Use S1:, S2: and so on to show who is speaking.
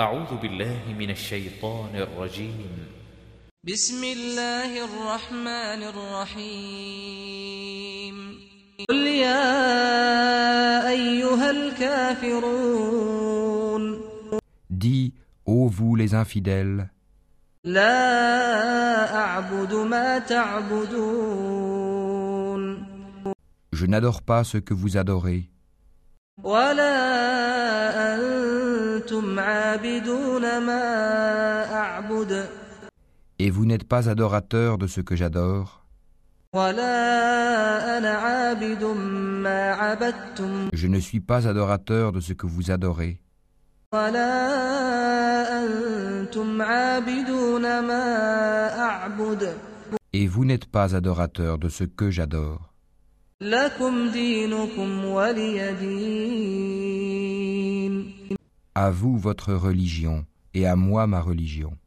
S1: أعوذ بالله من الشيطان الرجيم
S2: بسم الله الرحمن الرحيم قل يا أيها الكافرون
S3: Dis, ô vous les infidèles,
S2: لا أعبد ما تعبدون
S3: je n'adore pas ce que vous adorez,
S2: ولا أنتم عابدون ما أعبد
S3: et vous n'êtes pas adorateurs de ce que j'adore,
S2: ولا أنا عابد ما عبدتم
S3: je ne suis pas adorateur de ce que vous adorez,
S2: ولا أنتم عابدون ما أعبد
S3: et vous n'êtes pas adorateurs de ce que j'adore.
S2: لكم دينكم ولي دين
S3: À vous votre religion, et à moi ma religion.